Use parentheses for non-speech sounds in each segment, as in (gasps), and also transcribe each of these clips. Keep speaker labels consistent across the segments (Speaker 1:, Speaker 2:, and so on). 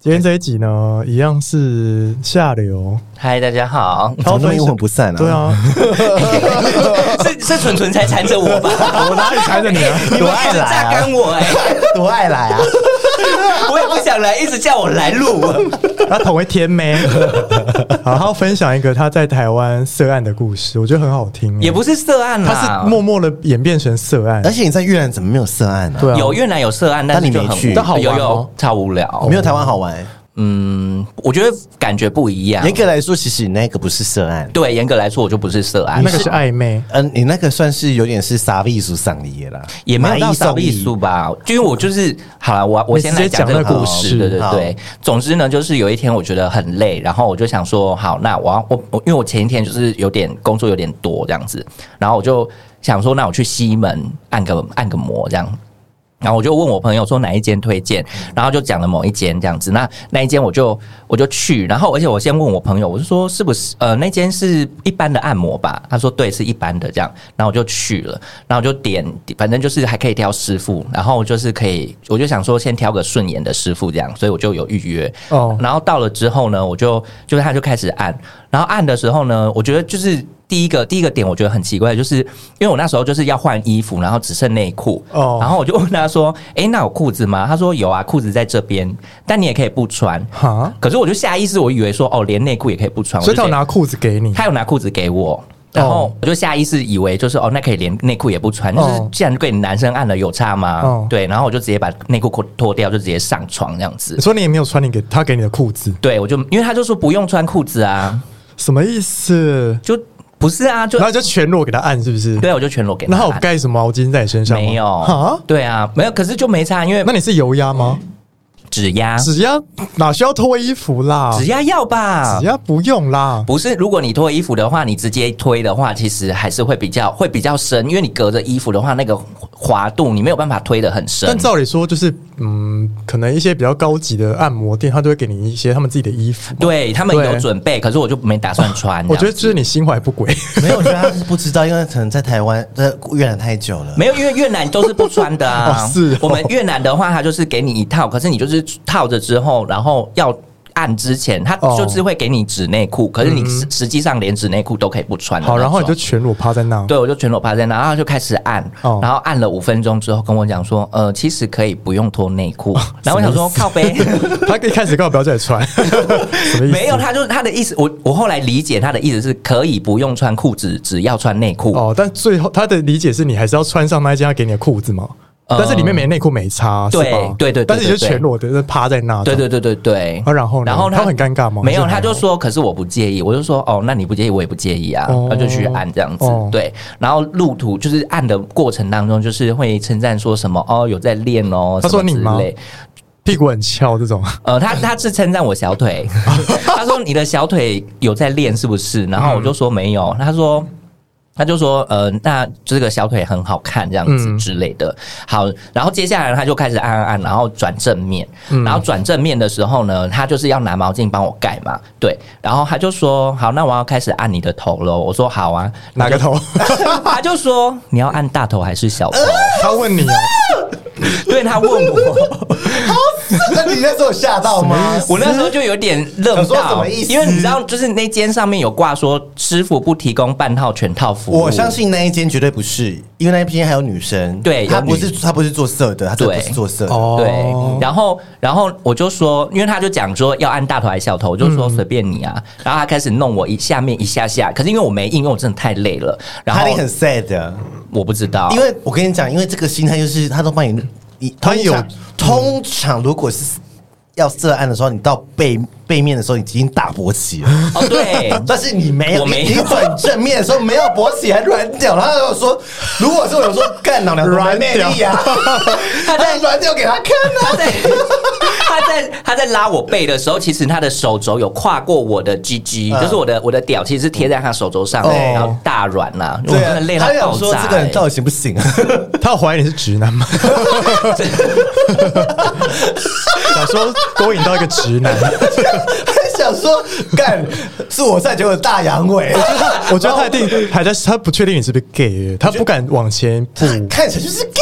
Speaker 1: 今天这一集呢，一样是下流，
Speaker 2: 嗨，大家好，
Speaker 3: 怎么那么阴魂不散啊？
Speaker 1: 对，啊，
Speaker 2: (laughs) 是是纯纯才缠着我吧？
Speaker 1: 我哪里缠着你啊？
Speaker 2: (laughs) 你们一直榨干我哎、
Speaker 3: (laughs) 多爱来啊！
Speaker 2: 我也不想来，一直叫我来录。啊
Speaker 1: 他同为天妹， (laughs) 好，他要分享一个他在台湾涉案的故事，我觉得很好听。
Speaker 2: 也不是涉案啦，
Speaker 1: 他是默默的演变成涉案
Speaker 3: (laughs) 而，且你在越南怎么没有涉案呢、
Speaker 1: 对啊，
Speaker 2: 有越南有涉案，
Speaker 3: 但
Speaker 2: 但是
Speaker 3: 你
Speaker 2: 就
Speaker 3: 没
Speaker 2: 很
Speaker 3: 去
Speaker 2: 无
Speaker 3: 但
Speaker 1: 好玩
Speaker 2: 有
Speaker 1: 哦
Speaker 2: 有超无聊
Speaker 3: 没。有台湾好玩。
Speaker 2: 嗯，我觉得感觉不一样
Speaker 3: 哦严。格来说，其实你那个不是涉案，
Speaker 2: 对，严格来说，我就不是涉案，
Speaker 1: 那个是暧昧。
Speaker 3: 嗯、你那个算是有点是杀艺术上的耶啦，
Speaker 2: 也没有到
Speaker 3: 杀
Speaker 2: 到艺术吧，就因为我就是好了，我我先
Speaker 1: 你直
Speaker 2: 来
Speaker 1: 接
Speaker 2: 讲
Speaker 1: 讲
Speaker 2: 这个
Speaker 1: 那个
Speaker 2: 故
Speaker 1: 故
Speaker 2: 事，
Speaker 1: 事
Speaker 2: 对对
Speaker 3: 好
Speaker 2: 对。总之呢，就是有一天我觉得很累，然后我就想说，好，那我要我我因为我前一天就是有点工作有点多这样子，然后我就想说，那我去西门按个按个摩这样。然后我就问我朋友说哪一间推荐，然后就讲了某一间这样子。那那一间我就我就去，然后而且我先问我朋友，我就说是不是呃那间是一般的按摩吧？他说对，是一般的这样。然后我就去了，然后我就点，反正就是还可以挑师傅，然后就是可以，我就想说先挑个顺眼的师傅这样，所以我就有预约。
Speaker 1: 哦
Speaker 2: 然后到了之后呢，我就就是他就开始按，然后按的时候呢，我觉得就是第一个第一个点，我觉得很奇怪，就是因为我那时候就是要换衣服，然后只剩内裤，
Speaker 1: 哦
Speaker 2: 然后我就 (laughs) 问他说：“诶，那有裤子吗？”他说：“有啊，裤子在这边，但你也可以不穿。
Speaker 1: 哈”，
Speaker 2: 可是我就下意识我以为说哦，连内裤也可以不穿，
Speaker 1: 啊所以他
Speaker 2: 我
Speaker 1: 有
Speaker 2: 就觉得
Speaker 1: 拿裤子给你，
Speaker 2: 他有拿裤子给我。然后我就下意识以为就是哦，那可以连内裤也不穿，就是
Speaker 1: 哦
Speaker 2: 既然给你男生按了有差吗？
Speaker 1: 哦
Speaker 2: 对，然后我就直接把内裤脱脱掉，就直接上床这样子
Speaker 1: 你。说你也没有穿你给他给你的裤子，
Speaker 2: 对，我就因为他就说不用穿裤子啊，
Speaker 1: 什么意思？
Speaker 2: 就不是啊，就
Speaker 1: 然后就全裸给他按，是不是？
Speaker 2: 对，我就全裸给他
Speaker 1: 然后有
Speaker 2: 按。
Speaker 1: 盖什么毛啊巾在你身上吗？
Speaker 2: 没有
Speaker 1: 啊，？
Speaker 2: 对啊，没有，可是就没差，因为
Speaker 1: 那你是油压吗？
Speaker 2: 嗯指压，
Speaker 1: 指压哪需要脱衣服啦？
Speaker 2: 指压要吧
Speaker 1: 啊指？压不用啦。
Speaker 2: 不是，如果你脱衣服的话，你直接推的话，其实还是会比较会比较深，因为你隔着衣服的话，那个滑度你没有办法推的很深
Speaker 1: 但。照理说，就是嗯，可能一些比较高级的按摩店，他都会给你一些他们自己的衣服。
Speaker 2: 对他们
Speaker 1: 对
Speaker 2: 有准备，可是我就没打算穿。啊
Speaker 1: 我觉
Speaker 2: 这
Speaker 1: 得
Speaker 2: 样
Speaker 1: 就是你心怀不轨， (laughs)
Speaker 3: 没有，我觉得他是不知道，因为可能在台湾、在越南太久了。
Speaker 2: 没有，因为越南都是不穿的
Speaker 1: 哦
Speaker 2: 啊。
Speaker 1: (laughs) 是哦
Speaker 2: 我们越南的话，它就是给你一套，可是你就是套着之后，然后要按之前，它
Speaker 1: 哦嗯
Speaker 2: 就是会给你纸内裤，可是你实实际上连纸内裤都可以不穿的那
Speaker 1: 好，
Speaker 2: 种。
Speaker 1: 然后你就全裸趴在那。
Speaker 2: 对，我就全裸趴在那，然后他就开始按，
Speaker 1: 哦
Speaker 2: 然后按了五分钟之后跟我讲说，呃，其实可以不用脱内
Speaker 1: 哦
Speaker 2: 裤。然后我想说靠背，
Speaker 1: (laughs) 他一开始告诉我不要再穿， (laughs) 什么意思？
Speaker 2: 没有，他就是他的意思。我我后来理解他的意思是可以不用穿裤子，只要穿内裤。
Speaker 1: 哦，但最后他的理解是你还是要穿上那一件他给你的裤子嘛，
Speaker 2: 呃
Speaker 1: 但是里面没内裤没差，是
Speaker 2: 对
Speaker 1: 吧
Speaker 2: 对对对
Speaker 1: 但是你就
Speaker 2: 对对
Speaker 1: 全裸的就趴在那，
Speaker 2: 对对对对对。
Speaker 1: 啊然后呢
Speaker 2: 然后
Speaker 1: 他很尴尬吗
Speaker 2: 没有，
Speaker 1: 还是还好
Speaker 2: 他就说，可是我不介意。我就说，哦，那你不介意，我也不介意啊。
Speaker 1: 哦
Speaker 2: 他就去按这样子
Speaker 1: 哦，
Speaker 2: 对。然后路途就是按的过程当中，就是会称赞说什么哦，有在练哦，
Speaker 1: 他说
Speaker 2: 什么
Speaker 1: 你
Speaker 2: 之
Speaker 1: 吗
Speaker 2: 类
Speaker 1: 屁股很翘这种，
Speaker 2: 呃，他他是称赞我小腿，他说你的小腿有在练是不是？然后我就说没有，他说。他就说，呃，那这个小腿很好看，这样子
Speaker 1: 嗯
Speaker 2: 之类的。好，然后接下来他就开始按按按，然后转正面，然后转正面的时候呢，他就是要拿毛巾帮我盖嘛，对。然后他就说，好，那我要开始按你的头喽。我说好啊，
Speaker 1: 哪个头？
Speaker 2: (laughs) 他就说你要按大头还是小头？ (laughs)
Speaker 1: 他问你哦，
Speaker 2: 对他问我，
Speaker 3: 那 (laughs) 你那时候有吓到吗？
Speaker 2: 我那时候就有点愣
Speaker 3: 想说什
Speaker 2: 到
Speaker 3: 么意，思
Speaker 2: 因为你知道，就是那间上面有挂说师傅不提供半套全套服务，
Speaker 3: 我相信那一间绝对不是，因为那一间还有女生，
Speaker 2: 对有
Speaker 3: 她不是
Speaker 2: 女
Speaker 3: 她不是做色的，她真的不是
Speaker 2: 对
Speaker 3: 做色的。
Speaker 1: 哦
Speaker 2: 对，然后然后我就说，因为他就讲说要按大头还是小头，我就说随便你啊。然后他开始弄我一下面一下下，可是因为我没硬，因为我真的太累了。然
Speaker 3: 他
Speaker 2: 后
Speaker 3: 一定很 sad，的
Speaker 2: 我不知道，
Speaker 3: 因为我
Speaker 2: 哎
Speaker 3: 跟你讲，因为这个心态就是他都帮你，你
Speaker 1: 他
Speaker 3: 通常
Speaker 1: 有
Speaker 3: 通常如果是要涉案的时候，你到背背面的时候，你已经大勃起
Speaker 2: (laughs)
Speaker 3: 了，
Speaker 2: 哦，对，
Speaker 3: 但是你没有，
Speaker 2: 我没有
Speaker 3: 你转正面的时候没有勃起，还软屌。他就说，如果是我说干老娘
Speaker 1: 软
Speaker 3: 软魅力
Speaker 2: (laughs)
Speaker 3: 啊，他在软屌给他看
Speaker 2: 他
Speaker 3: 啊。
Speaker 2: 在他在他在拉我背的时候，其实他的手肘有跨过我的 G G，、
Speaker 3: 嗯
Speaker 2: 就是我的我的屌，其实是贴在他手肘上，
Speaker 3: 哦
Speaker 2: 然后大软呐、啊，我
Speaker 3: 对
Speaker 2: 真的累
Speaker 3: 啊，
Speaker 2: 到
Speaker 3: 他想
Speaker 2: 爆
Speaker 3: 说
Speaker 2: 炸、
Speaker 3: 这个人
Speaker 2: 欸。
Speaker 3: 到底行不行啊？
Speaker 1: 他有怀疑你是直
Speaker 2: (laughs)
Speaker 1: 男吗？想说勾引到一个直男，
Speaker 3: 还想说干是我在，结果大阳痿，
Speaker 2: 哦
Speaker 1: 我觉得他一定还在，他不确定你是不是 gay，耶他不敢往前一步。
Speaker 3: 看起来就是 gay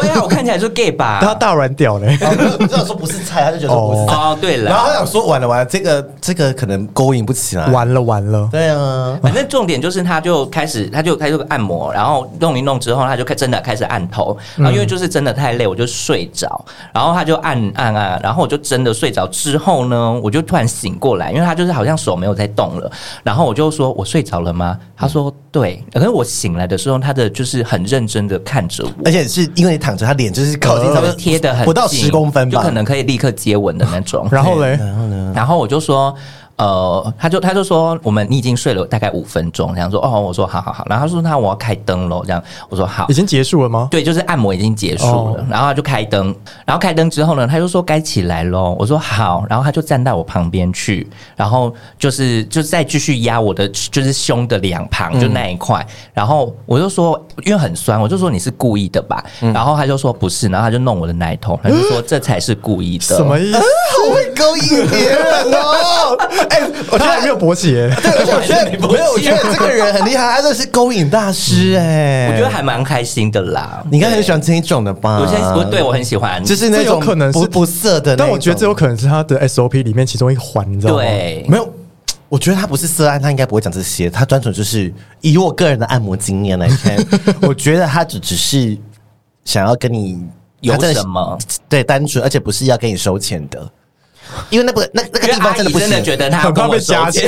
Speaker 2: 对啊，我看起来就 gay 吧
Speaker 1: 但。他大软屌
Speaker 2: (laughs)
Speaker 1: 嘞，
Speaker 3: 啊。然后你知道说不是菜，他就觉得不是菜。
Speaker 2: 哦，对
Speaker 3: 然后
Speaker 2: 了，
Speaker 3: 他想说完了完了，这个这个可能勾引不起来。
Speaker 1: 完了完了，
Speaker 3: 对啊，
Speaker 2: 反正重点就是他就开始，他就他就按摩，然后弄一弄之后，他就开真的开始按头，然后
Speaker 3: 嗯
Speaker 2: 因为就是真的太累，我就睡着，然后他就按按按，然后我就真的睡着之后呢，我就突然醒过来，因为他就是好像手没有在动了，然后我就说我睡着了吗？他说对，可是我醒来的时候，他的就是很认真的看着我。
Speaker 3: 而且是因为你躺着，他脸就是哎靠近
Speaker 2: 就
Speaker 3: 上
Speaker 2: 是
Speaker 3: 面
Speaker 2: 贴的很
Speaker 3: 不到
Speaker 2: 近
Speaker 3: 十公分吧，
Speaker 2: 就可能可以立刻接吻的那
Speaker 3: (laughs)
Speaker 2: 种。
Speaker 1: 然后嘞，
Speaker 3: 然后呢？
Speaker 2: 然后我就说，呃，他就他就说，我们你已经睡了大概五分钟，这样说，哦，我说好好好，然后他说那我要开灯喽，这样我说好
Speaker 1: 已。经结束了吗？
Speaker 2: 对，就是按摩已经结束了
Speaker 1: 哦
Speaker 2: 然后他就开灯，然后开灯之后呢，他就说该起来喽。我说好，然后他就站到我旁边去，然后就是就再继续压我的就是胸的两
Speaker 1: 嗯
Speaker 2: 旁，就那一块。然后我就说，因为很酸，我就说你是故意的吧？
Speaker 1: 嗯
Speaker 2: 然后他就说不是，然后他就弄我的奶头，他就
Speaker 1: (gasps)
Speaker 2: 说这才是故意的。
Speaker 1: 什么
Speaker 2: (laughs)
Speaker 1: 意思？
Speaker 3: 好会勾引别人 (laughs) 哦！哎、我
Speaker 1: 我
Speaker 3: 觉
Speaker 1: 他还没
Speaker 3: 得。
Speaker 1: 有勃起耶，
Speaker 3: 对，而且我觉得没有，我觉得这个人很厉害，他真的是勾引大师哎、
Speaker 2: 我觉得还蛮开心的啦。
Speaker 3: 你应该很喜欢这一种的吧？
Speaker 2: 我现在我对我很喜欢，
Speaker 3: 啊就是那
Speaker 1: 这有
Speaker 3: 种
Speaker 1: 可能是
Speaker 3: 不不色的那一种，
Speaker 1: 但我觉得这有可能是他的 SOP 里面其中一环，你知道吗？
Speaker 2: 对
Speaker 3: 没有。我觉得他不是色案，他应该不会讲这些。他单纯就是以我个人的按摩经验来看，我觉得他只只是想要跟你
Speaker 2: 有
Speaker 3: 他真的
Speaker 2: 什么？
Speaker 3: 对单纯，而且不是要跟你收钱的，因为那不那那个
Speaker 2: 因为
Speaker 3: 地
Speaker 2: 阿
Speaker 3: 方真的
Speaker 2: 姨
Speaker 3: 不行
Speaker 2: 真的觉得他
Speaker 1: 很怕被夹
Speaker 2: 起
Speaker 1: 起。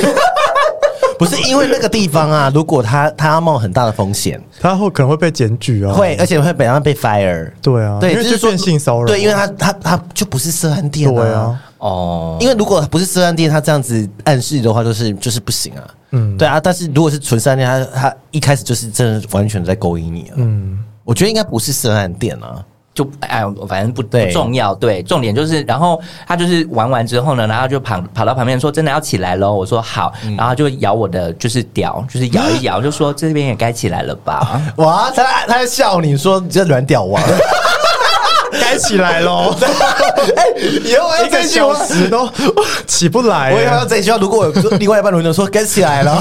Speaker 3: 不是因为那个地方啊，如果他他要冒很大的风险，
Speaker 1: 他会可能会被检举啊，
Speaker 3: 会而且会本上被 fire。
Speaker 1: 对啊
Speaker 3: 对，
Speaker 1: 因为
Speaker 3: 就是
Speaker 1: 就变性骚扰啊
Speaker 3: 对，因为他他他就不是涉案店、
Speaker 1: 对啊，
Speaker 2: (laughs) 哦，
Speaker 3: 因为如果不是涉案店，他这样子暗示的话，就是就是不行啊。嗯，对啊。但是如果是纯涉案店，他他一开始就是真的完全在勾引你啊。嗯，我觉得应该不是涉案店啊。
Speaker 2: 就哎，反正不
Speaker 3: 对
Speaker 2: 不重要。对，重点就是，然后他就是玩完之后呢，然后就跑跑到旁边说：“真的要起来喽！”我说：“好。”
Speaker 3: 嗯
Speaker 2: 然后就咬我的就是屌，就是摇
Speaker 3: (laughs)
Speaker 2: 一摇，就说：“这边也该起来了吧 (laughs)
Speaker 3: 哇，他他在笑你说你这软屌 (laughs) 哦王，
Speaker 1: 该起来喽，
Speaker 3: 以后我要
Speaker 1: 一个
Speaker 3: 这句
Speaker 1: 小
Speaker 3: 话，
Speaker 1: 时都起不来
Speaker 3: 我以后
Speaker 1: 耶
Speaker 3: 要。这句话。如果我另外一半轮流说跟起来 (laughs) 了，？”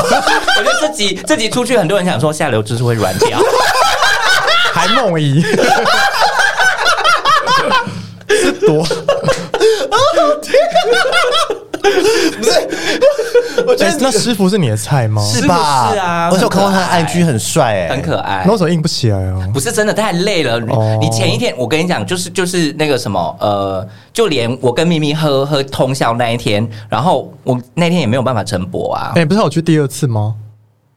Speaker 2: 我觉得这集这集出去，很多人想说下流之是会软掉。
Speaker 1: 还梦遗，是多
Speaker 3: 不是，我觉
Speaker 1: 哎、
Speaker 3: 得
Speaker 1: 那师傅是你的菜吗？
Speaker 2: 是
Speaker 3: 吧？
Speaker 2: 是啊
Speaker 3: 而且我看过他的
Speaker 2: 很可爱
Speaker 3: IG 很帅哎、
Speaker 2: 很可爱，
Speaker 1: 那为什么硬不起来啊？
Speaker 2: 不是真的太累了。你
Speaker 1: 哦
Speaker 2: 你前一天，我跟你讲，就是就是那个什么，呃，就连我跟咪咪喝喝通宵那一天，然后我那天也没有办法晨勃啊
Speaker 1: 哎、。不是我去第二次吗？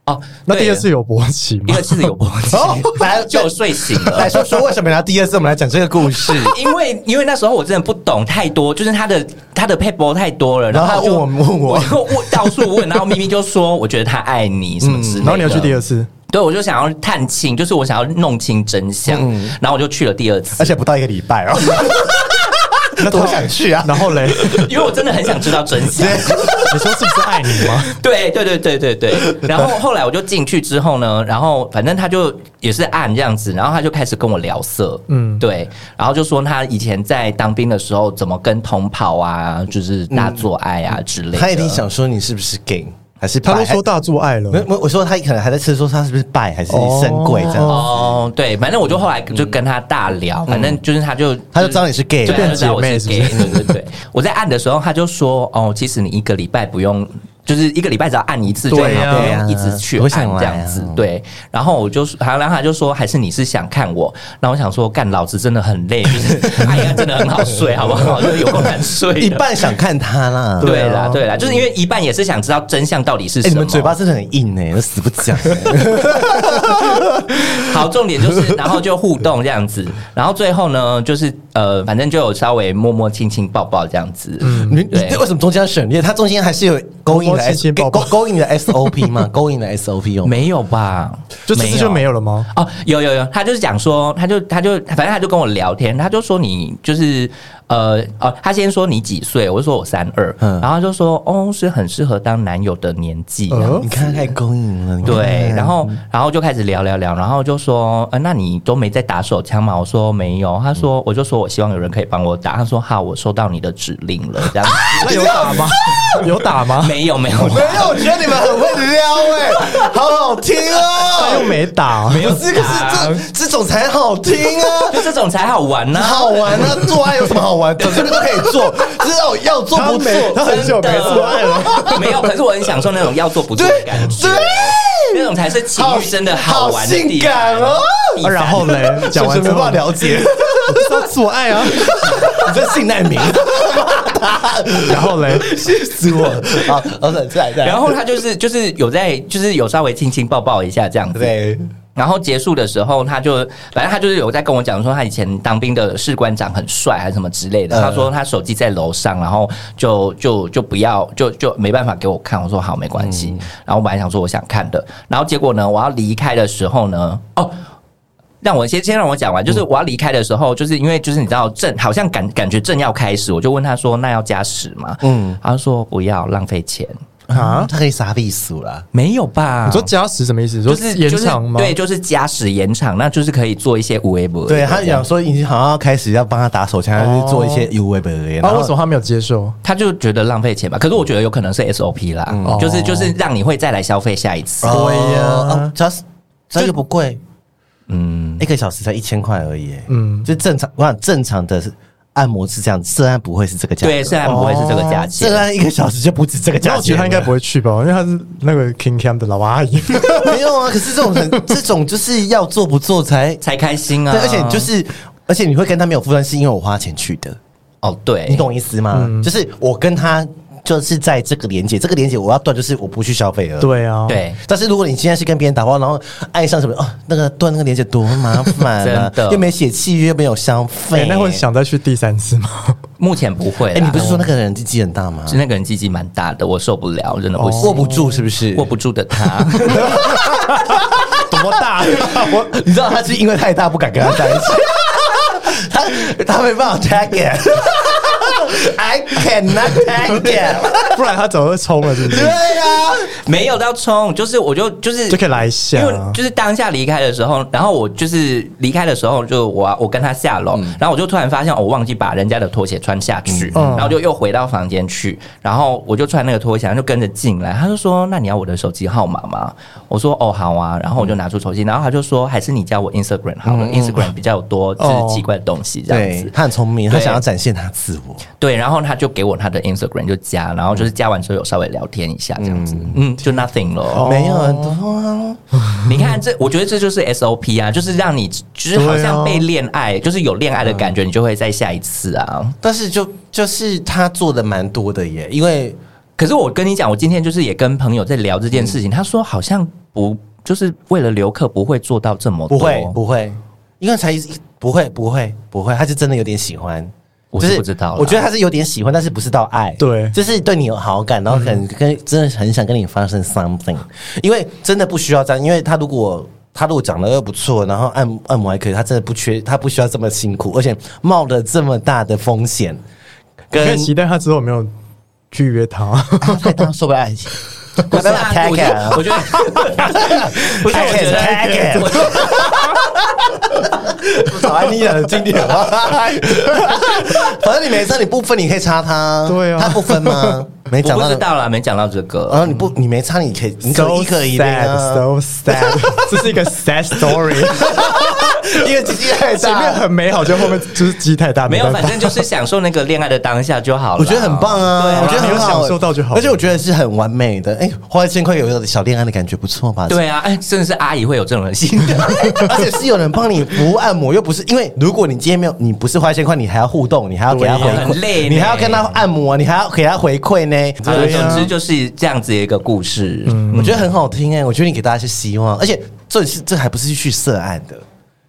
Speaker 2: 哦，
Speaker 1: 那
Speaker 2: 对
Speaker 1: 第二次有勃起
Speaker 2: 第
Speaker 1: 吗
Speaker 2: 二？次有勃
Speaker 3: 哦
Speaker 2: (laughs) 起，
Speaker 3: 来
Speaker 2: 就有睡醒
Speaker 3: 来
Speaker 2: 了。
Speaker 3: 哎说说为什么要第二次我们来讲这个故 (laughs) 事？
Speaker 2: 因为因为那时候我真的不懂太多，就是他的他的 paper 太多了，
Speaker 3: 然后他
Speaker 2: 就
Speaker 3: 问我问我
Speaker 2: 就问到处问，然后咪咪就说我觉得他爱你什么之类的。
Speaker 1: 嗯然后你要去第二次，
Speaker 2: 对，我就想要探亲，就是我想要弄清真相，
Speaker 1: 嗯
Speaker 2: 然后我就去了第二次。 (laughs)
Speaker 3: 而且不到一个礼拜哦，
Speaker 1: (laughs) 那
Speaker 3: 多想去啊！
Speaker 1: 然后嘞，
Speaker 2: 因为我真的很想知道真相。
Speaker 1: (laughs) 你说是不是爱你吗？
Speaker 2: 对对对对对
Speaker 3: (laughs)
Speaker 2: 对。然后后来我就进去之后呢，然后反正他就也是按这样子，然后他就开始跟我聊色，嗯，对，然后就说他以前在当兵的时候怎么跟同袍啊，就是大做爱啊之类
Speaker 3: (laughs) 嗯
Speaker 2: 的。
Speaker 3: 他一定想说你是不是 gay 还是
Speaker 1: 他
Speaker 3: 拜
Speaker 1: 都说大做爱
Speaker 3: 没
Speaker 1: 了
Speaker 3: 有，我我说他可能还在吃，说他是不是拜还是神鬼这样，
Speaker 2: 哦，对，反正我就后来就跟他大聊，反正就是他就
Speaker 3: 嗯他就知道你是 gay 啊
Speaker 2: 对
Speaker 1: 变
Speaker 3: 了
Speaker 2: 啊他就知道我
Speaker 1: 姐妹
Speaker 2: 是
Speaker 1: 是不
Speaker 2: (laughs) gay，
Speaker 1: 是
Speaker 2: 对对对。我在按的时候，他就说：“哦，其实你一个礼拜不用。”就是一个礼拜只要按一次就好，
Speaker 1: 对啊
Speaker 2: 不用一直去
Speaker 3: 不会
Speaker 2: 按
Speaker 3: 想来
Speaker 2: 这样
Speaker 3: 啊
Speaker 2: 子。对，然后我就还然后他就说，还是你是想看我？然后我想说，干老子真的很累，就是 (laughs) 哎呀，真的很好睡，好不
Speaker 3: (laughs)
Speaker 2: 好？就是有够难睡的。
Speaker 3: 一半想看他啦。
Speaker 2: 对
Speaker 1: 对啊
Speaker 2: 啦，对啦，就是因为一半也是想知道真相到底是
Speaker 3: 哎，
Speaker 2: 什
Speaker 3: 你
Speaker 2: 么。
Speaker 3: 们嘴巴真的很硬哎，都死不讲欸。
Speaker 2: 好，重点就是，然后就互动这样子，然后最后呢，就是呃，反正就有稍微摸摸、亲亲、抱抱这样子。
Speaker 3: 嗯你你
Speaker 2: 对
Speaker 3: 为什么中间要省略？它中间还是有勾引
Speaker 1: 摸摸
Speaker 3: 的
Speaker 1: 亲
Speaker 3: S
Speaker 1: 亲抱
Speaker 3: 勾
Speaker 1: 抱
Speaker 3: 勾引的 SOP
Speaker 2: (laughs)
Speaker 3: 嘛？勾引的 SOP 有吗
Speaker 2: 没有吧？
Speaker 1: 哦就这次就没有了吗？
Speaker 2: 哦，有有有，他就是讲说，他就他就反正他就跟我聊天，他就说你就是呃哦，他先说你几岁，我就说我三二、
Speaker 3: 嗯
Speaker 2: 然后他就说哦是很适合当男友的年纪、
Speaker 1: 呃
Speaker 3: 你看太勾引了，你看
Speaker 1: 嗯
Speaker 2: 对，然后然后就开始聊聊聊，然后就说，呃，那你都没在打手枪吗？我说没有，他
Speaker 1: 嗯
Speaker 2: 说，我就说我希望有人可以帮我打，他说好，我收到你的指令了，这样
Speaker 1: (laughs) 那
Speaker 2: 子，
Speaker 1: 有打吗？有打 (laughs) 吗？
Speaker 2: 没有没有，
Speaker 3: 没有，我觉得你们很会撩哎、 (laughs) 好好听
Speaker 1: 他又
Speaker 3: 哦。
Speaker 1: 没打，
Speaker 3: 不是，可
Speaker 2: 啊
Speaker 3: 是这这种才好听
Speaker 2: (laughs)
Speaker 3: 啊。
Speaker 2: 这种才好玩呢、
Speaker 3: 好玩啊！做爱有什么好
Speaker 2: (laughs)
Speaker 3: 玩？怎么都可以做，只是要要做
Speaker 1: 他
Speaker 3: 不做。
Speaker 1: 没，他很久没做爱了。
Speaker 2: 了， (laughs) 没有，可是我很享受那种要做不做的感觉，
Speaker 3: 对，
Speaker 2: 那种才是情
Speaker 3: 好
Speaker 2: 欲真的好玩的
Speaker 3: 性
Speaker 2: 地方。
Speaker 3: 感哦。
Speaker 1: 啊
Speaker 2: 第三
Speaker 1: 然后嘞，讲完 (laughs)
Speaker 3: 没
Speaker 1: 之后
Speaker 3: 办法，了
Speaker 2: (laughs)
Speaker 3: 解，
Speaker 1: 我就是要做爱啊。
Speaker 3: 你这性难民，
Speaker 1: 然后 (laughs) 嘞，
Speaker 3: 气死我！ (laughs) 好，老沈再来再来。
Speaker 2: 然后他就是就是有在就是有稍微亲亲抱抱一下这样子，
Speaker 3: 对，
Speaker 2: 然后结束的时候，他就反正他就是有在跟我讲说，他以前当兵的士官长很帅还是什么之类的。
Speaker 1: 呃
Speaker 3: 嗯
Speaker 2: 他说他手机在楼上，然后就就就不要就就没办法给我看。我说好，没关系。
Speaker 1: 嗯
Speaker 2: 然后我本来想说我想看的，然后结果呢，我要离开的时候呢，哦。让我先先让我讲完，
Speaker 1: 嗯
Speaker 2: 就是我要离开的时候，就是因为就是你知道正好像感感觉正要开始，我就问他说那要加时吗？
Speaker 3: 嗯
Speaker 2: 嗯，他说不要浪费钱，
Speaker 1: 啊，
Speaker 3: 他可以杀必死啦。
Speaker 2: 没有吧？
Speaker 1: 你说加时什么意思？
Speaker 2: 就
Speaker 1: 说
Speaker 2: 是
Speaker 1: 延长吗？
Speaker 2: 就是？对，就是加时延长，那就是可以做一些无微不
Speaker 3: 对哦他讲说，已经好像要开始要帮他打手枪，还是做一些 U V 本。
Speaker 1: 啊，为什么他没有接受？
Speaker 2: 他就觉得浪费钱吧。可是我觉得有可能是 SOP 啦，嗯就是就是让你会再来消费下一次。
Speaker 1: 对呀
Speaker 3: 哦只要是这个不贵，
Speaker 2: 嗯，
Speaker 3: 一个小时才一千块而已。嗯，
Speaker 1: 嗯
Speaker 3: 就正常，我想正常的按摩是这样，涉案不会是这个价格。
Speaker 2: 对，虽然不会是这个价
Speaker 3: 涉
Speaker 2: 钱，
Speaker 3: 案哦一个小时就不止这个
Speaker 1: 那
Speaker 3: 价
Speaker 1: 我觉得
Speaker 3: 钱了。
Speaker 1: 他应该不会去吧，因为他是那个 King Cam 的老阿姨。
Speaker 3: (laughs) 没有啊。可是这种 (laughs) 人，这种就是要做不做才，
Speaker 2: 才开心啊。
Speaker 3: 对，而且就是。而且你会跟他没有负担，是因为我花钱去的，
Speaker 2: 哦，对，
Speaker 3: 你懂意思吗？
Speaker 1: 嗯
Speaker 3: 就是我跟他就是在这个连接，这个连接我要断，就是我不去消费
Speaker 1: (laughs)
Speaker 3: 了。
Speaker 1: 对啊，，
Speaker 2: 对。
Speaker 3: 但是如果你现在是跟别人打包，然后爱上什么哦，那个断那个连接多麻烦啊
Speaker 2: (laughs) 真，的
Speaker 3: 又没写契约，又没有消费、
Speaker 1: 哎，那会想再去第三次吗？
Speaker 2: 目前不会
Speaker 3: 哎、
Speaker 2: 啦。
Speaker 3: 你不是说那个人鸡鸡很大吗
Speaker 2: 我？那个人鸡鸡蛮大的，我受不了，真的不行，
Speaker 3: 握不住是不是？
Speaker 2: 握不住的他。 (laughs)
Speaker 1: 多 (laughs) 大？
Speaker 3: 我你知道他是因为太大不敢跟他在一起， (laughs) 他他没办法 tag it。I cannot tag it。
Speaker 1: 不然他早就冲了，是不
Speaker 3: 对
Speaker 1: 是？
Speaker 2: 啊
Speaker 3: 呀、
Speaker 2: 没有到冲，就是我就就是
Speaker 1: (laughs) 就可以来一下啊
Speaker 2: 因为就是当下离开的时候，然后我就是离开的时候，就我我跟他下楼，然后我就突然发现哦我忘记把人家的拖鞋穿下去，
Speaker 1: 嗯
Speaker 2: 然后就又回到房间去，然后我就穿那个拖鞋，然后就跟着进来，他就说：“那你要我的手机号码吗？”我说：“哦，好啊。”然后我就拿出手机，然后他就说：“还是你加我 Instagram 好了、i n s t a g r a m 比较有多
Speaker 1: 哦
Speaker 2: 就是奇怪的东西这样
Speaker 3: 对
Speaker 2: 子。”
Speaker 3: 他很聪明，他
Speaker 2: 对
Speaker 3: 想要展现他自我。
Speaker 2: 对，然后他就给我他的 Instagram 就加，然后就是加完之后有稍微聊天一下这样子，嗯，就 nothing 了。
Speaker 1: 哦
Speaker 3: 没有很多、啊
Speaker 2: (laughs) 你看这，我觉得这就是 SOP 啊，就是让你就是好像被恋爱，
Speaker 3: 啊
Speaker 2: 就是有恋爱的感觉，你就会再下一次啊。
Speaker 3: 但是就就是他做的蛮多的耶，因为
Speaker 2: 可是我跟你讲，我今天就是也跟朋友在聊这件事情，他说好像不就是为了留客不会做到这么
Speaker 3: 不
Speaker 2: 多，
Speaker 3: 会不会，因为才一不会不会不会，他是真的有点喜欢。
Speaker 2: 我是不知道啦
Speaker 3: 我觉得他是有点喜欢，但是不是到爱，
Speaker 1: 对
Speaker 3: 就是对你有好感，然后很跟、真的很想跟你发生 something，因为真的不需要这样，因为他如果他如果长得又不错，然后按按摩还可以，他真的不缺，他不需要这么辛苦，而且冒了这么大的风险，
Speaker 1: 你可
Speaker 3: 跟
Speaker 1: 以期待他之后有没有拒约
Speaker 3: (laughs)
Speaker 1: 他。
Speaker 3: 他太大受不了爱情，
Speaker 2: (laughs) 不是啊，我觉得我觉得不是啊我觉得
Speaker 3: Tag it，tag it
Speaker 2: 我觉得
Speaker 3: 早安，你很经典。 (laughs) 反正你没上，你不分你可以插他，
Speaker 1: 对啊
Speaker 3: 他不分吗？没讲
Speaker 2: 我不
Speaker 3: 到啊
Speaker 2: 知，道啦，没讲到这
Speaker 3: 然
Speaker 2: 个。
Speaker 3: 后你不你没插，你可 (laughs) 以你
Speaker 1: So
Speaker 3: 可以一个一个啊
Speaker 1: (laughs) sad, so
Speaker 3: (laughs)
Speaker 1: sad，这是一个 sad story。
Speaker 3: 因为鸡鸡太
Speaker 1: 前面
Speaker 3: 大。
Speaker 1: 很美好，就后面就是鸡太大，
Speaker 2: 没有，
Speaker 1: 办法
Speaker 2: 反正就是享受那个恋爱的当下就好了。
Speaker 3: 我觉得很棒
Speaker 2: 对
Speaker 3: 啊，我觉得
Speaker 1: 你
Speaker 3: 很
Speaker 1: 有
Speaker 3: 好，
Speaker 1: 享受到就好
Speaker 3: 而且我觉得是很完美的。哎，花一千块有一个小恋爱的感觉，不错吧？
Speaker 2: 对啊，哎，真的是阿姨会有这种人心的。
Speaker 3: 而且是有人帮你服务按摩，又不是因为如果你今天没有，你不是花一千块，你还要互动，你还要给他回
Speaker 2: 对啊很累
Speaker 3: 馈，
Speaker 2: 呢
Speaker 3: 你还要跟他按摩，你还要给他回馈呢。
Speaker 2: 好了，
Speaker 1: 对啊嗯
Speaker 2: 总之就是这样子一个故事。
Speaker 3: 我觉得很好听哎、我觉得你给大家一些希望，而且这是这还不是去涉案的，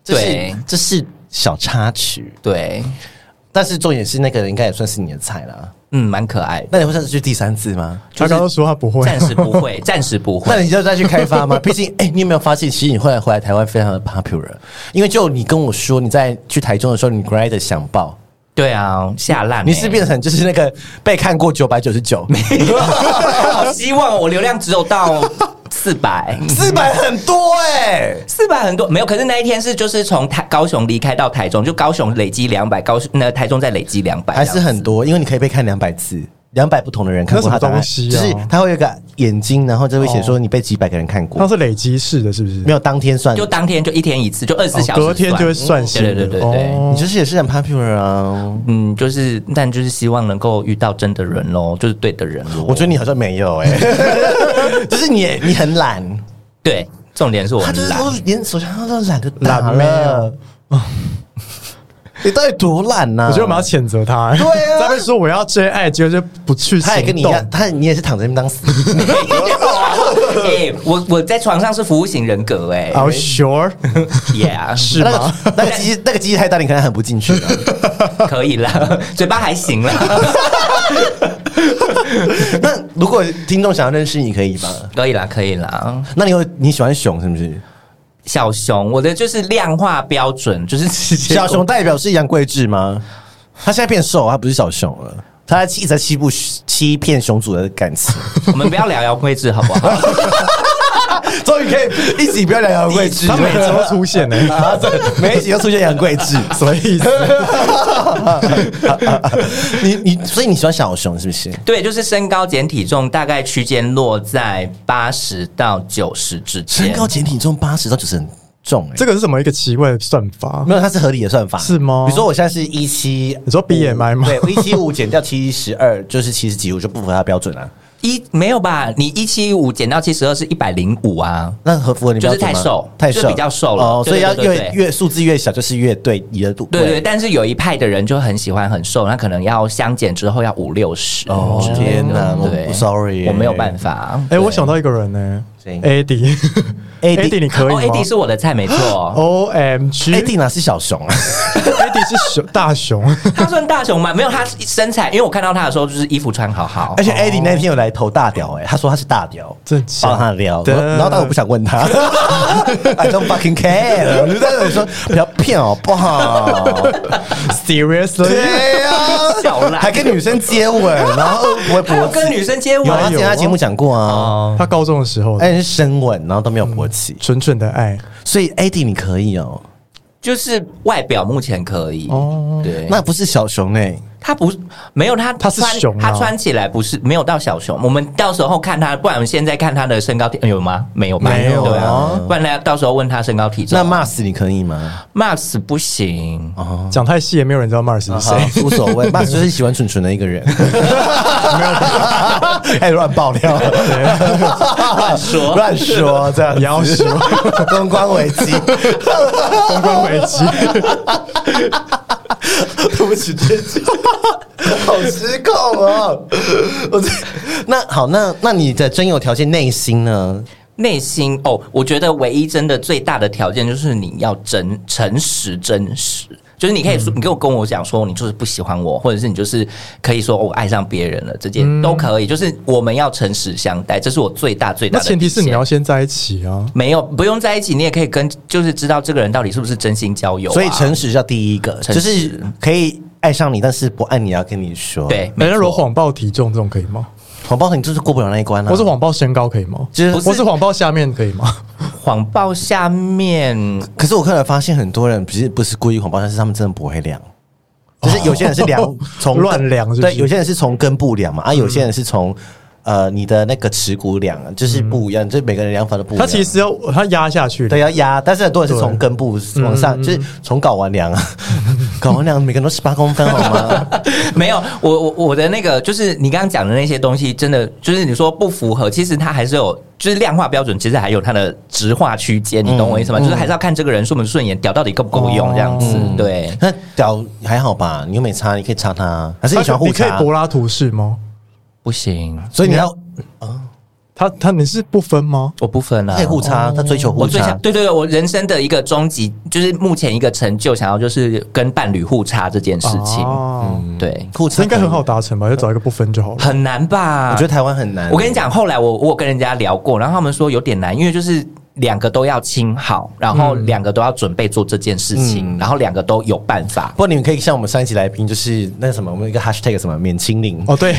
Speaker 3: 这
Speaker 2: 对
Speaker 3: 是这是小插曲，
Speaker 2: 对，
Speaker 3: 但是重点是那个人应该也算是你的菜啦。
Speaker 2: 嗯，蛮可爱的。
Speaker 3: 那你会上次去第三次吗？
Speaker 1: 他刚刚说他不会，
Speaker 2: 暂时不会，暂时不
Speaker 3: 那
Speaker 2: 会。
Speaker 3: 你就再去开发
Speaker 2: (laughs)
Speaker 3: 吗？毕竟，哎、你有没有发现，其实你后来回来台湾非常的 popular？因为就你跟我说，你在去台中的时候，你 grind 想爆，
Speaker 2: 对啊，下烂欸。
Speaker 3: 你是变成就是那个被看过九百九十九，
Speaker 2: (laughs) 好希望我流量只有到四百。
Speaker 3: (laughs) 四百很多哎、
Speaker 2: 四百很多没有，可是那一天是就是从台高雄离开到台中，就高雄累积两百，高雄那台中再累积两百，
Speaker 3: 还是很多，因为你可以被看两百次，两百不同的人看过他的答案，
Speaker 1: 那什么东西啊
Speaker 3: 就是他会有一个眼睛，然后就会写说你被几百个人看过，
Speaker 1: 他是累积式的，是不是？
Speaker 3: 没有当天算，
Speaker 2: 就当天就一天一次，就二十四
Speaker 1: 哦
Speaker 2: 小时、嗯
Speaker 1: 隔天就会算新的
Speaker 2: 对对对对对。
Speaker 1: 哦
Speaker 3: 你就是也是很 popular 啊。
Speaker 2: 嗯，就是，但就是希望能够遇到真的人咯，就是对的人咯。
Speaker 3: 我觉得你好像没有哎、 (laughs) 就是你你很懒，
Speaker 2: 对，重点是我
Speaker 3: 他就是
Speaker 2: 很懒，
Speaker 3: 说连手枪都懒得打
Speaker 1: 懒妹啊
Speaker 3: 了。 (laughs) 你到底多懒啊呐、
Speaker 1: 我觉得我们要谴责他、
Speaker 3: 对啊
Speaker 1: 他会说我要真爱，结果就不去行动。
Speaker 3: 他也跟你一样，他你也是躺在那边当死。 (laughs)
Speaker 2: 哎、我我在床上是服务型人格、欸，哎
Speaker 3: 啊
Speaker 1: ，Are you sure？(laughs)
Speaker 2: ，Yeah，
Speaker 1: 是
Speaker 3: 那
Speaker 1: 吗
Speaker 3: 个？那个机那个机太大，你可能很不进去了。啊
Speaker 1: (laughs)
Speaker 2: 可以啦， (laughs) 嘴巴还行啦， (laughs)
Speaker 3: 那如果听众想要认识你，可以吗？
Speaker 2: 可以啦，可以啦。
Speaker 3: 那你有你喜欢熊是不是？
Speaker 2: 小熊，我的就是量化标准，就是直接
Speaker 3: 小熊代表是杨贵志吗？他现在变瘦，他不是小熊了。他一直在欺负欺骗熊主的感
Speaker 1: (laughs)
Speaker 3: 情，
Speaker 2: 我们不要聊姚贵志好
Speaker 3: (laughs)
Speaker 2: 不好？
Speaker 3: 终于可以一起不要聊杨贵志
Speaker 1: 他每周出现欸呢、
Speaker 3: 啊，对，每一集都出现杨贵 (laughs) 志，
Speaker 1: 什么意思？ (laughs)
Speaker 3: 你你所以你喜欢小熊是不是？
Speaker 2: 对，就是身高减体重大概区间落在八十到九十之间。
Speaker 3: 身高减体重八十到九十很重哎、
Speaker 1: 这个是什么一个奇怪的算法？
Speaker 3: 没有，它是合理的算法，
Speaker 1: 是吗
Speaker 3: 比如说我现在是一七，
Speaker 1: 你说 BMI 吗
Speaker 3: 对，我一七五减掉七十二就是七十几，我就不符合它标准啊。
Speaker 2: 一没有吧？你一七五减到七十二是一百零五啊。
Speaker 3: 那合符合你标准吗
Speaker 2: 就是太瘦
Speaker 3: 太瘦，
Speaker 2: 就是比较瘦了
Speaker 3: 哦，所以要
Speaker 2: 对对对
Speaker 3: 越
Speaker 2: 对
Speaker 3: 越数字越小，就是越对你的度。
Speaker 2: 对对，但是有一派的人就很喜欢很瘦，那可能要相减之后要五六十。
Speaker 3: 哦天哪我
Speaker 2: 对
Speaker 3: 不 sorry
Speaker 2: 我没有办法。
Speaker 1: 哎、我想到一个人呢、
Speaker 3: 谁
Speaker 1: a d a (laughs)
Speaker 3: AD
Speaker 1: d 你可以
Speaker 2: 哦
Speaker 1: 吗哦
Speaker 2: ，AD 是我的菜，没错。
Speaker 1: O M G
Speaker 3: ，AD 哎哪是小熊啊？ (laughs)
Speaker 1: AD 是熊大熊，
Speaker 2: 他算大熊吗？没有，他身材，因为我看到他的时候，就是衣服穿好好 (laughs)
Speaker 3: 而。且 AD 那天有来投大屌，哎，他说他是大屌，
Speaker 1: 真假
Speaker 3: 帮他聊，
Speaker 1: 的
Speaker 3: 然后但我不想问他 (laughs) ，I don't fucking care，我就在那里说不要骗好不好？
Speaker 1: Seriously，
Speaker 3: (laughs) 对呀、
Speaker 2: 小
Speaker 3: 啊，
Speaker 2: 懒
Speaker 3: 还跟女生接吻，然后不会
Speaker 2: 他有
Speaker 3: 勃起，
Speaker 2: 跟女生接吻
Speaker 3: 有啊，之前他节目讲过啊，
Speaker 2: 哦，
Speaker 1: 他高中的时候
Speaker 3: 哎、是深吻，然后都没有勃起，
Speaker 1: 蠢蠢的爱，
Speaker 3: 所以 AD 你可以哦，
Speaker 2: 就是外表目前可以。
Speaker 1: 哦
Speaker 2: 对，
Speaker 3: 那不是小熊哎、
Speaker 2: 他不没有他，
Speaker 1: 他是
Speaker 2: 穿
Speaker 1: 熊啊
Speaker 2: 他穿起来不是没有到小熊。我们到时候看他，不然我们现在看他的身高体哎有吗？没有吧，
Speaker 1: 没有啊
Speaker 2: 对啊，不然呢到时候问他身高体重。
Speaker 3: 那 Mars 你可以吗？
Speaker 2: Max 不行，
Speaker 1: 讲太细也没有人知道 Mars 是谁。
Speaker 3: 好啊 (laughs) 无所谓，Mars 就是喜欢蠢蠢的一个人，哎，乱爆料，乱
Speaker 2: 说
Speaker 3: 乱说，这样子
Speaker 1: 要说
Speaker 3: (laughs) 公关危机，啊
Speaker 1: 公 (laughs) 关危
Speaker 3: (laughs)
Speaker 1: 机，
Speaker 3: 对不起，对不起， (laughs) 好失控哦！我这那好，那那你的真有条件内心呢？
Speaker 2: 内心哦，我觉得唯一真的最大的条件就是你要真诚实真实。就是你可
Speaker 1: 嗯
Speaker 2: 以说，你跟我跟我讲说，你就是不喜欢我，或者是你就是可以说哦我爱上别人了，这件、
Speaker 1: 嗯
Speaker 2: 都可以。就是我们要诚实相待，这是我最大最
Speaker 1: 那
Speaker 2: 大的底
Speaker 1: 前
Speaker 2: 线。
Speaker 1: 提是你要先在一起啊。
Speaker 2: 没有，不用在一起，你也可以跟，就是知道这个人到底是不是真心交友啊、
Speaker 3: 所以诚实叫第一个，
Speaker 2: 诚
Speaker 3: 就
Speaker 2: 实
Speaker 3: 是可以爱上你，但是不爱你要跟你说。，
Speaker 2: 对，
Speaker 1: 哎
Speaker 2: 没
Speaker 1: 那如果
Speaker 2: 错，
Speaker 1: 谎报体重这种可以吗？
Speaker 3: 谎报你就是过不了那一关了、啊
Speaker 1: 或是谎报身高可以吗？
Speaker 3: 就是
Speaker 2: 不是
Speaker 1: 或是谎报下面可以吗？
Speaker 2: 谎报下面
Speaker 3: 可是我后来发现，很多人不是不是故意谎报，但是他们真的不会量。就是有些人是量从
Speaker 1: 哦 (laughs) 乱量是不是嗯
Speaker 3: 对，有些人是从根部量嘛，啊，有些人是从呃你的那个持股量啊，就是不一样，就是每个人量法都不一
Speaker 1: 嗯它
Speaker 3: 样。
Speaker 1: 其实要它压下去的
Speaker 3: 对，要啊压，但是很多人是从
Speaker 1: 对
Speaker 3: 根部往
Speaker 1: 嗯
Speaker 3: 上，就是从睾丸
Speaker 1: (laughs)
Speaker 3: 量啊，睾丸量每个人都十八公分好吗？
Speaker 2: (laughs) 没有，我我我的那个就是你刚刚讲的那些东西，真的就是你说不符合，其实它还是有，就是量化标准，其实还有它的直化区间，你懂我意思吗？就是还是要看这个人顺不顺眼，屌到底够不够用这样子。对，
Speaker 3: 那屌还好吧？你又没擦，你可以擦它啊，还是你喜欢
Speaker 1: 它
Speaker 3: 互
Speaker 1: 你可以
Speaker 3: 擦？
Speaker 1: 柏拉图式吗？
Speaker 2: 不行，
Speaker 3: 所以你要
Speaker 1: 它它你是不分吗？
Speaker 2: 我不分了
Speaker 3: 可以。互
Speaker 1: 哦
Speaker 3: 擦，他追求
Speaker 2: 我
Speaker 3: 互
Speaker 2: 最
Speaker 3: 擦
Speaker 2: 想。对对对，我人生的一个终极就是目前一个成就，想要就是跟伴侣互差这件事情。
Speaker 1: 哦，
Speaker 2: 对，
Speaker 3: 嗯互
Speaker 1: 这
Speaker 3: 擦
Speaker 1: 应该很好，达成吧？就找一个不分就好了。
Speaker 2: 很难吧？
Speaker 3: 我觉得台湾很难。
Speaker 2: 我跟你讲，后来我我有跟人家聊过，然后他们说有点难，因为就是两个都要亲好，然后两个都要准备做这件事情，然后两个都有办法。
Speaker 3: 不，你们可以像我们上一期来宾，就是那什么，我们有一个 hashtag 什么免清零，
Speaker 1: 哦，对，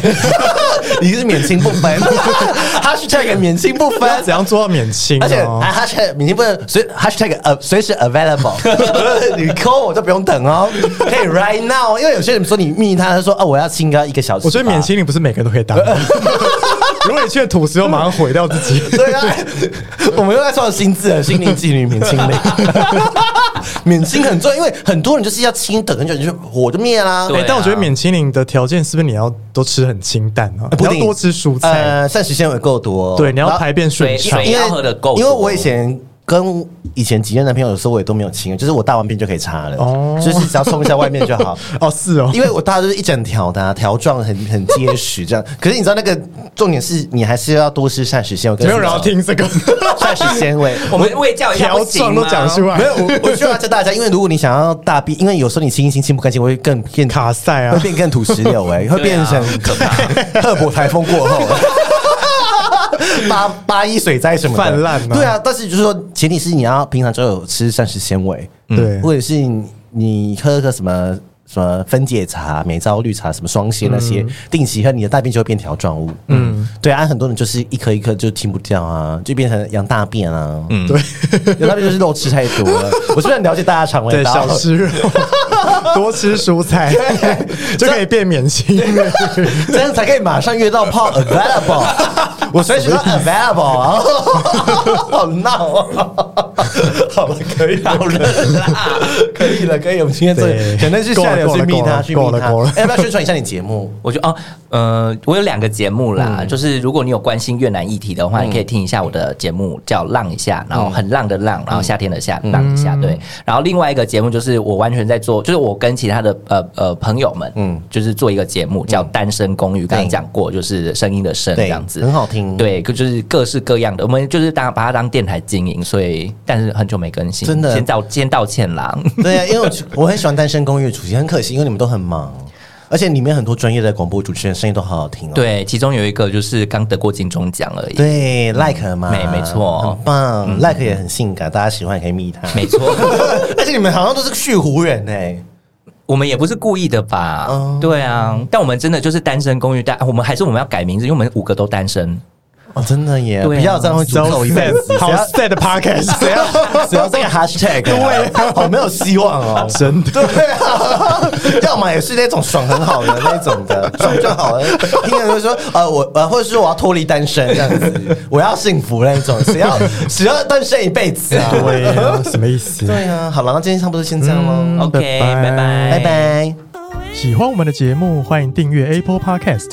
Speaker 3: (laughs) 你是免清不分
Speaker 1: (laughs)
Speaker 3: ，hashtag 免清不分，
Speaker 1: 要怎样做到免清
Speaker 3: 而且
Speaker 1: 啊？
Speaker 3: 还 hashtag 免清不能随 hashtag 呃随时
Speaker 1: (laughs)
Speaker 3: available，你 call 我就不用等哦，可以 right now，因为有些人说你密他，他说哦我要清个一个小时吧，
Speaker 1: 我觉得免清零不是每个人都可以达
Speaker 3: (laughs)
Speaker 1: 成。如果你去了吐司，又马上毁掉自己。
Speaker 3: 对
Speaker 1: (laughs)
Speaker 3: 啊，我们又在创新字了，心灵妓女免清零， (laughs) 免清很重要，因为很多人就是要清等很久，你就火就灭啦。
Speaker 2: 对啊
Speaker 1: 哎但我觉得免清零的条件是不是你要都吃很清淡啊？你
Speaker 3: 不
Speaker 1: 要
Speaker 3: 定
Speaker 1: 多吃蔬菜，
Speaker 3: 呃，膳食纤维够多，
Speaker 1: 对，你要
Speaker 3: 然后
Speaker 1: 排便顺
Speaker 2: 水
Speaker 1: 畅
Speaker 2: 水。
Speaker 3: 因为
Speaker 2: 要喝得够多
Speaker 3: 因为我以前跟以前几任男朋友的时候，我也都没有清，就是我大完便就可以擦了，
Speaker 1: 哦
Speaker 3: 就是只要冲一下外面就
Speaker 1: (laughs)
Speaker 3: 好。
Speaker 1: 哦，是哦，
Speaker 3: 因为我大家都是一整条的、啊，条状很很结实这样。可是你知道那个重点是你还是要多吃膳食纤维跟
Speaker 1: 没
Speaker 3: 什
Speaker 1: 有
Speaker 3: 么，
Speaker 1: 人要听
Speaker 3: (laughs)
Speaker 1: 这个
Speaker 3: 膳食
Speaker 1: (laughs)
Speaker 3: 纤维。
Speaker 2: 我们为教一下
Speaker 1: 条
Speaker 2: 不行
Speaker 1: 状
Speaker 2: 吗
Speaker 1: 都讲出来，
Speaker 3: 没有，我我需要教大家，因为如果你想要大便，因为有时候你清一清清不干净，会更变
Speaker 1: 卡塞
Speaker 3: 会
Speaker 1: 啊，
Speaker 3: 变更土石流 (laughs) 哎、会变成
Speaker 2: 可怕
Speaker 3: (laughs) 赫伯台风过后。 (laughs) 八八一水灾什么的
Speaker 1: 泛滥吗
Speaker 3: 对啊，但是就是说，前提是你要平常就有吃膳食纤维，
Speaker 1: 对，
Speaker 3: 或者是你你喝个什么什么分解茶、美招绿茶、什么双鲜那些，定期喝，你的大便就会变条状物。嗯，对啊，很多人就是一颗一颗就清不掉啊，就变成羊大便啊。嗯，
Speaker 1: 对
Speaker 3: 羊大便就是肉吃太多了。我是不是很了解大家肠胃
Speaker 1: 对，
Speaker 3: (laughs) 道？
Speaker 1: 少吃肉，多吃蔬菜就可以变免清零。
Speaker 3: 这样才可以马上约到炮 available。我 (laughs) 随时都 available 啊， (laughs) 好闹哦！ (laughs) 好了，可以了，可以了，可以。我们今天这
Speaker 1: 对
Speaker 3: 简单是下流
Speaker 1: 够
Speaker 3: 去
Speaker 1: 了够了
Speaker 3: 密
Speaker 1: 够
Speaker 3: 他，
Speaker 1: 了
Speaker 3: 去
Speaker 1: 够
Speaker 3: 密
Speaker 1: 了
Speaker 3: 他。
Speaker 1: 够了
Speaker 3: 哎要不要宣传一下你节目？
Speaker 2: 我就哦，呃，我有两个节目啦，就是如果你有关心越南议题的话，你可以听一下我的节目，叫《浪一下》，然后很浪的浪，然后夏天的夏，浪一下，对。然后另外一个节目就是我完全在做，就是我跟其他的呃呃朋友们，嗯，就是做一个节目叫《单身公寓》，刚刚讲过，就是声音的声这
Speaker 3: 对
Speaker 2: 样子，
Speaker 3: 很好听
Speaker 2: 对，就是各式各样的，我们就是当把它当电台经营，所以但是很久没更新，
Speaker 3: 真的
Speaker 2: 先道先道歉啦。
Speaker 3: 对啊，因为我我很喜欢《单身公寓》的主题，很可惜，因为你们都很忙，而且里面很多专业的广播主持人声音都好好听哦。
Speaker 2: 对，其中有一个就是刚得过金钟奖而
Speaker 3: (laughs)
Speaker 2: 已。
Speaker 3: 对，like 嘛，
Speaker 2: 没没错
Speaker 3: 很棒，like 也很性感，大家喜欢也可以密他。
Speaker 2: 没错，
Speaker 3: 而且你们好像都是蓄胡人哎，
Speaker 2: 我们也不是故意的吧？
Speaker 3: 哦
Speaker 2: 对啊，但我们真的就是单身公寓，但我们还是我们要改名字，因为我们五个都单身。
Speaker 3: 哦，真的耶，
Speaker 2: 对啊
Speaker 3: 不要这样会诅
Speaker 1: So
Speaker 3: 咒一辈子
Speaker 1: sad，。好
Speaker 3: 谁要
Speaker 1: sad 的 podcast，
Speaker 3: 谁要谁要这个 hashtag？对，好没有希望哦。
Speaker 1: 真的。
Speaker 3: 对啊，要么也是那种爽很好的那种 (laughs) 的，爽就好了。听人就说，呃，我呃，或者是我要脱离单身这样子，我要幸福那一种，谁 (laughs) 要谁要单身一辈子啊？
Speaker 1: 对啊，什么意思？
Speaker 3: 对啊，好了，那今天差不多先这样喽，
Speaker 2: OK，拜
Speaker 1: 拜拜
Speaker 2: 拜
Speaker 3: 嗯拜拜。
Speaker 1: 喜欢我们的节目，欢迎订阅 Apple Podcast，